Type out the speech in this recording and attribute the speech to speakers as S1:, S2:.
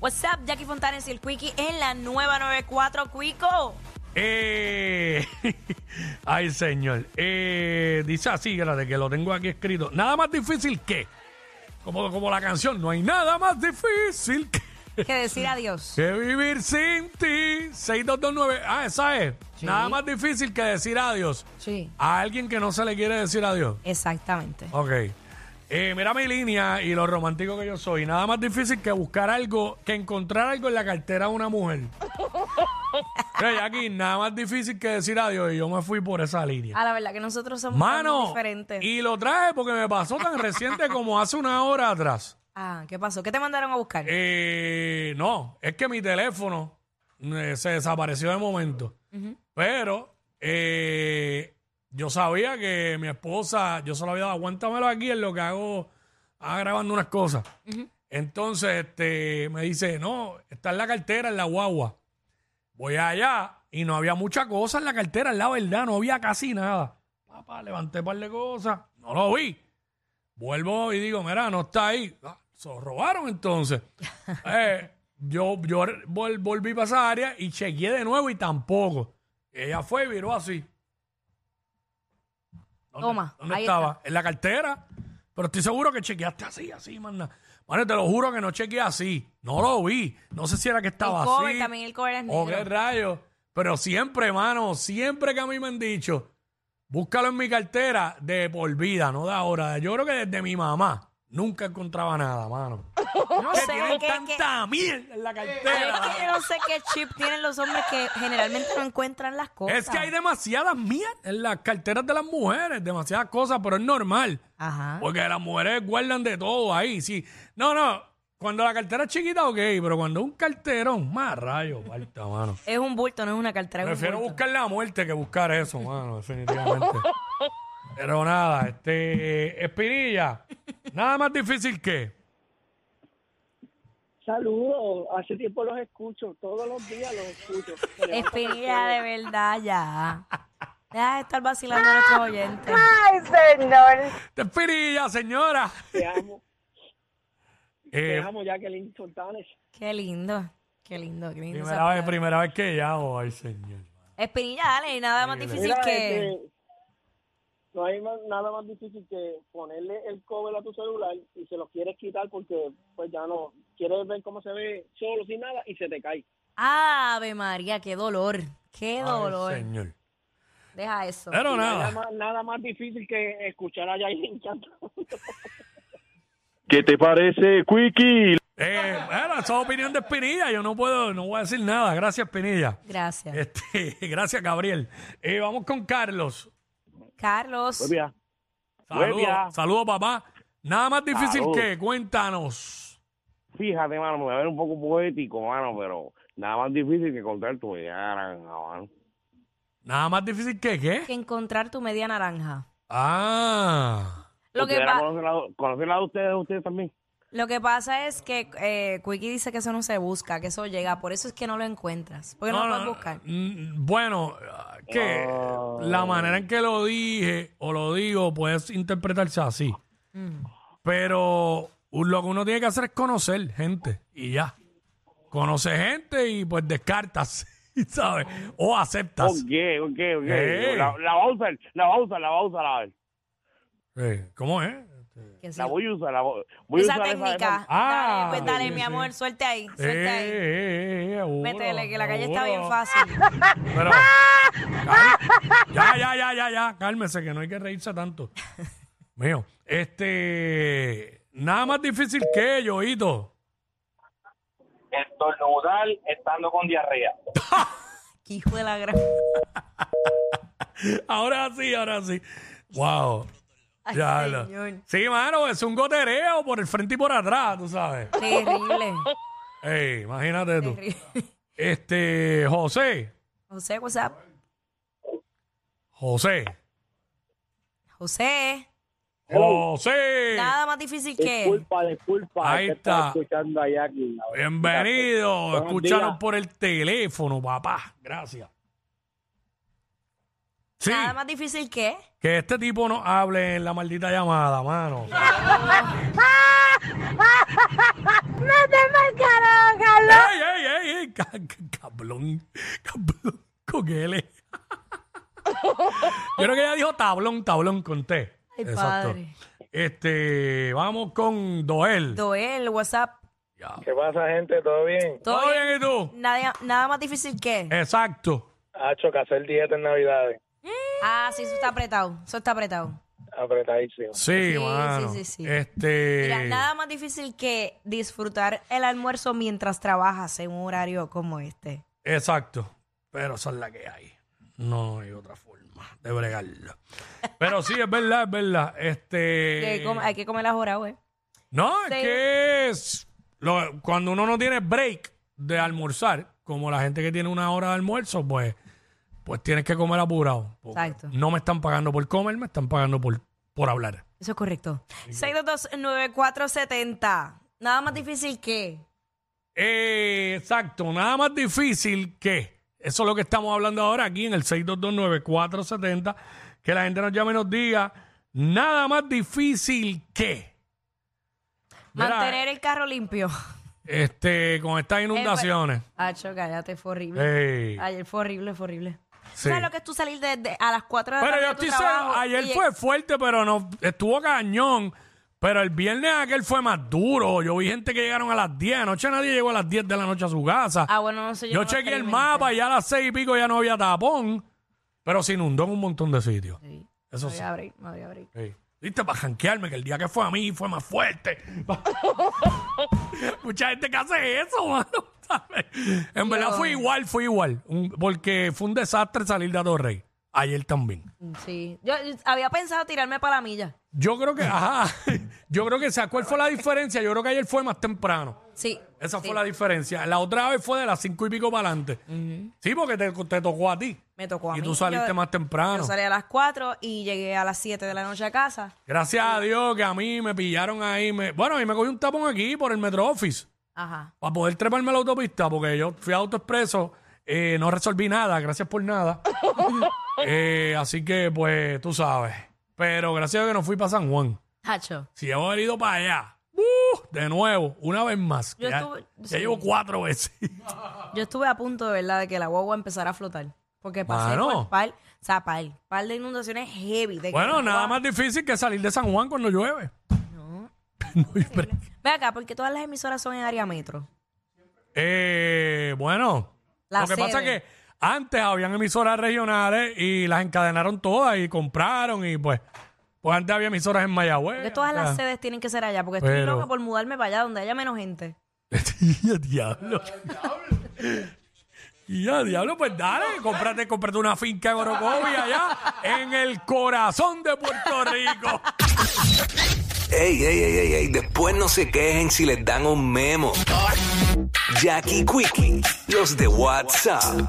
S1: What's up, Jackie Fontanes y el Quickie en la nueva 94, Quico.
S2: Eh, ay, señor. Eh, dice así, de que lo tengo aquí escrito. Nada más difícil que. Como, como la canción, no hay nada más difícil que,
S1: Que decir adiós.
S2: que vivir sin ti. 6229. Ah, esa es.
S1: Sí.
S2: Nada más difícil que decir adiós.
S1: Sí,
S2: A alguien que no se le quiere decir adiós.
S1: exactamente.
S2: Ok. Eh, mira mi línea y lo romántico que yo soy. Nada más difícil que buscar algo, que encontrar algo en la cartera de una mujer. Mira, aquí nada más difícil que decir adiós y yo me fui por esa línea.
S1: A Ah, la verdad que nosotros somos tan
S2: Mano,
S1: diferentes.
S2: y lo traje porque me pasó tan reciente como hace una hora atrás.
S1: Ah, ¿qué pasó? ¿Qué te mandaron a buscar?
S2: Eh, no, es que mi teléfono eh, se desapareció de momento. Pero eh, yo sabía que mi esposa, yo se lo había dado, aguántamelo aquí en lo que hago, ah, grabando unas cosas. Entonces este, me dice, no, está en la cartera, en la guagua. Voy allá y no había mucha cosa en la cartera, la verdad, no había casi nada. Papá, levanté un par de cosas, no lo vi. Vuelvo y digo, mira, no está ahí. Ah, se lo robaron entonces. Eh, yo yo vol- volví para esa área y chequeé de nuevo y tampoco. Ella fue y viró así. ¿Dónde-
S1: Toma,
S2: ¿Dónde
S1: ahí
S2: estaba? En la cartera. Pero estoy seguro que chequeaste así, así, manda. Bueno, te lo juro que no chequeé así. No lo vi. No sé si era que estaba
S1: el cover,
S2: así.
S1: también el cover es negro.
S2: O qué rayos. Pero siempre, mano, siempre que a mí me han dicho, búscalo en mi cartera de por vida, no de ahora. Yo creo que desde mi mamá nunca encontraba nada, mano.
S1: No
S2: Que
S1: sé,
S2: tienen
S1: qué- qué-
S2: tanta mierda en la
S1: Es que yo
S2: cartera.
S1: no sé qué chip tienen los hombres que generalmente no encuentran las cosas.
S2: Es que hay demasiadas mierdas en las carteras de las mujeres, demasiadas cosas, pero es normal.
S1: Ajá.
S2: Porque las mujeres guardan de todo ahí, sí. No, no, cuando la cartera es chiquita, ok, pero cuando es un carterón, más rayos, falta, mano.
S1: Es un bulto, no es una cartera. es un
S2: Prefiero
S1: bulto.
S2: buscar la muerte que buscar eso, mano, definitivamente. Pero nada, este, Espinilla, nada más difícil que.
S3: Saludos, hace tiempo los escucho, todos los días los escucho. Me levanto
S1: Espinilla, de verdad, ya. Deja de estar vacilando a nuestros oyentes.
S2: Espinilla, señora.
S3: con- Te amo, te
S2: Eh,
S3: amo Jacqueline Sultanes.
S1: Qué lindo, qué lindo, qué lindo.
S2: primera vez, primera vez que llamo, ay señor.
S1: Espinilla, dale, y nada más difícil
S3: Mira,
S1: que...
S3: este, no hay más- nada más difícil que ponerle el cover a tu celular y se lo quieres quitar porque pues ya no, quieres ver cómo se ve solo sin nada y se te cae.
S1: Ave María, qué dolor, qué
S2: Ay,
S1: dolor.
S2: señor.
S1: Deja eso.
S2: Pero nada.
S3: Nada más, nada más difícil que escuchar a Jacqueline cantando.
S4: ¿Qué te parece, Quickie?
S2: Eh, bueno, esa es opinión de Espinilla, yo no puedo, no voy a decir nada. Gracias, Espinilla.
S1: Gracias.
S2: Este, gracias, Gabriel. Eh, vamos con Carlos.
S1: Carlos,
S5: Pues
S2: Saludos, saludos, papá. Nada más difícil
S5: Saludos.
S2: que, cuéntanos.
S5: Fíjate, mano, me voy a ver un poco poético, mano, pero nada más difícil que contar tu naranja, mano.
S2: Nada más difícil que
S1: que
S2: qué.
S1: encontrar tu media naranja.
S2: Ah.
S1: Lo que,
S5: ¿Ustedes
S1: pa-
S5: la conocen la, conocen la de ustedes, ustedes también?
S1: lo que pasa es que eh, Quickie dice que eso no se busca, que eso llega, por eso es que no lo encuentras, porque no, lo puedes buscar.
S2: mm, Bueno, que la manera en que lo dije o lo digo puede interpretarse así.
S1: Mm.
S2: Pero lo que uno tiene que hacer es conocer gente y ya. Conoce gente y pues descartas, ¿sabes? O aceptas.
S5: Ok, ok, ok.
S2: Hey.
S5: La, la voy a usar, la voy a usar, la voy a usar, la,
S2: Eh, ¿Cómo es?
S1: Que sí.
S5: la voy a usar, la voy, voy a
S1: Esa
S5: usar. esa-
S1: técnica.
S2: Ah,
S1: dale, pues dale,
S2: sí,
S1: mi
S2: sí.
S1: amor, suelte ahí,
S2: Eh,
S1: suelte ahí.
S2: eh, eh, seguro,
S1: Métele, que la calle está bien
S2: seguro.
S1: fácil.
S2: Pero, cal- ya, ya, ya, ya, ya, cálmese, que no hay que reírse tanto. Mío, este, nada más difícil que yo, Hito.
S6: estornudar estando con diarrea.
S1: Qué Hijo de la gran...
S2: Ahora sí, ahora sí. Wow.
S1: Ay,
S2: Ya lo-
S1: señor.
S2: Sí, mano, es un gotereo por el frente y por atrás, tú sabes.
S1: Terrible.
S2: Ey, imagínate tú.
S1: terrible.
S2: Este, José,
S1: José, what's up?
S2: José,
S1: José.
S2: José.
S1: Nada más difícil que...
S3: Disculpa, disculpa.
S2: Ahí
S3: es que
S2: está.
S3: estaba escuchando a Jacqueline.
S2: Bienvenido.
S3: Buenos
S2: Escucharon
S3: días.
S2: por el teléfono, papá. Gracias. Sí,
S1: Nada más difícil que...
S2: que este tipo no hable en la maldita llamada, mano.
S7: ¡No te marcaron,
S2: cablón. Cablón con L. Yo creo que ella dijo tablón, tablón con T.
S1: Ay, padre.
S2: Este, vamos con Doel.
S1: Doel, WhatsApp.
S3: ¿Qué pasa, gente? ¿Todo bien?
S1: Todo
S2: ¿Todo
S1: bien.
S2: bien y tú?
S1: Nada, nada más difícil que.
S2: Exacto.
S3: Hacho, que hacer dieta en Navidades.
S1: Ah, sí, eso está apretado. Eso está apretado.
S3: Apretadísimo.
S2: Sí,
S1: Sí,
S2: mano.
S1: sí, sí, sí.
S2: Este.
S1: Mira, nada más difícil que disfrutar el almuerzo mientras trabajas en un horario como este.
S2: Exacto. Pero esa es la que hay. No hay otra forma de bregarlo. Pero sí, es verdad, es verdad.
S1: Que
S2: Este.
S1: com- hay que comer ¿eh? las horas, güey.
S2: No, es
S1: Sí.
S2: que es- lo- cuando uno no tiene break de almorzar, como la gente que tiene una hora de almuerzo, pues, pues tienes que comer apurado. porque
S1: Exacto.
S2: No me están pagando por comer, me están pagando por, por hablar.
S1: Eso es correcto. 6229470. Nada más difícil que.
S2: Eh, exacto, nada más difícil que eso es lo que estamos hablando ahora aquí en el 6229470, que la gente nos llame y nos diga nada más difícil que Mira,
S1: Mantener el carro limpio.
S2: este con estas inundaciones.
S1: Hacho, cállate, fue horrible.
S2: Ey,
S1: Ayer fue horrible, fue horrible.
S2: sí.
S1: ¿Sabes lo que es tú salir de, de- a las 4 de la
S2: Pero
S1: tarde
S2: yo
S1: de tu
S2: estoy seguro,
S1: trabajo
S2: ayer
S1: y-
S2: fue fuerte, pero no estuvo cañón. Pero el viernes aquel fue más duro. Yo vi gente que llegaron a las 10. Anoche nadie llegó a las 10 de la noche a su casa.
S1: Ah, bueno, no sé.
S2: Yo
S1: no lo
S2: chequeé el
S1: experimenté.
S2: mapa y ya a las seis y pico ya no había tapón, pero se inundó en un montón de sitios.
S1: Sí,
S2: Eso
S1: me voy
S2: sí.
S1: a abrir, me voy a abrir.
S2: Sí. Viste, para janquearme, que el día que fue a mí fue más fuerte. Mucha gente que hace eso, mano. ¿sabes? En verdad fue igual, fue igual. Un- porque fue un desastre salir de Atorrey. Ayer también.
S1: Sí. Yo yo había pensado tirarme para la milla.
S2: Yo creo que, ajá, yo creo que, ¿sabes cuál fue la diferencia? Yo creo que ayer fue más temprano.
S1: Sí.
S2: Esa
S1: Sí.
S2: fue la diferencia. La otra vez fue de las cinco y pico para adelante. Sí, porque te, te tocó a ti.
S1: Me tocó a
S2: Y
S1: mí.
S2: tú saliste
S1: Yo-
S2: más temprano.
S1: Yo salí a las 4 y llegué a las 7 de la noche a casa.
S2: Gracias a Dios que a mí me pillaron ahí. Me... Bueno, a mí me cogí un tapón aquí por el Metro Office
S1: Ajá.
S2: para poder treparme a la autopista porque yo fui a AutoExpreso, eh, no resolví nada, gracias por nada. Eh, así que, pues, tú sabes. Pero gracias a Dios que no fui para San Juan.
S1: Hacho.
S2: Si hemos venido para allá, ¡uh! de nuevo, una vez más.
S1: Yo
S2: ya,
S1: estuve-
S2: ya
S1: sí.
S2: llevo cuatro veces.
S1: Yo estuve a punto de verdad de que la guagua empezara a flotar. Porque pasé
S2: Mano.
S1: por par, o sea, par, par de inundaciones heavy. de que
S2: bueno,
S1: la
S2: nada
S1: guagua-
S2: más difícil que salir de San Juan cuando llueve. No. hay break.
S1: Ve acá, porque todas las emisoras son en área metro.
S2: Eh, bueno,
S1: La
S2: lo que pasa
S1: sede.
S2: es que antes habían emisoras regionales y las encadenaron todas y compraron y pues, pues antes había emisoras en Mayagüez.
S1: Porque todas las
S2: acá.
S1: sedes tienen que ser allá, porque estoy
S2: Pero-
S1: loca por mudarme para allá donde haya menos gente.
S2: y a diablo. y a diablo, pues dale, cómprate, cómprate una finca en Orocovia allá en el corazón de Puerto Rico.
S7: Ey, ey, ey, ey, ey, después no se quejen si les dan un memo. Jackie Quickie, los de WhatsApp.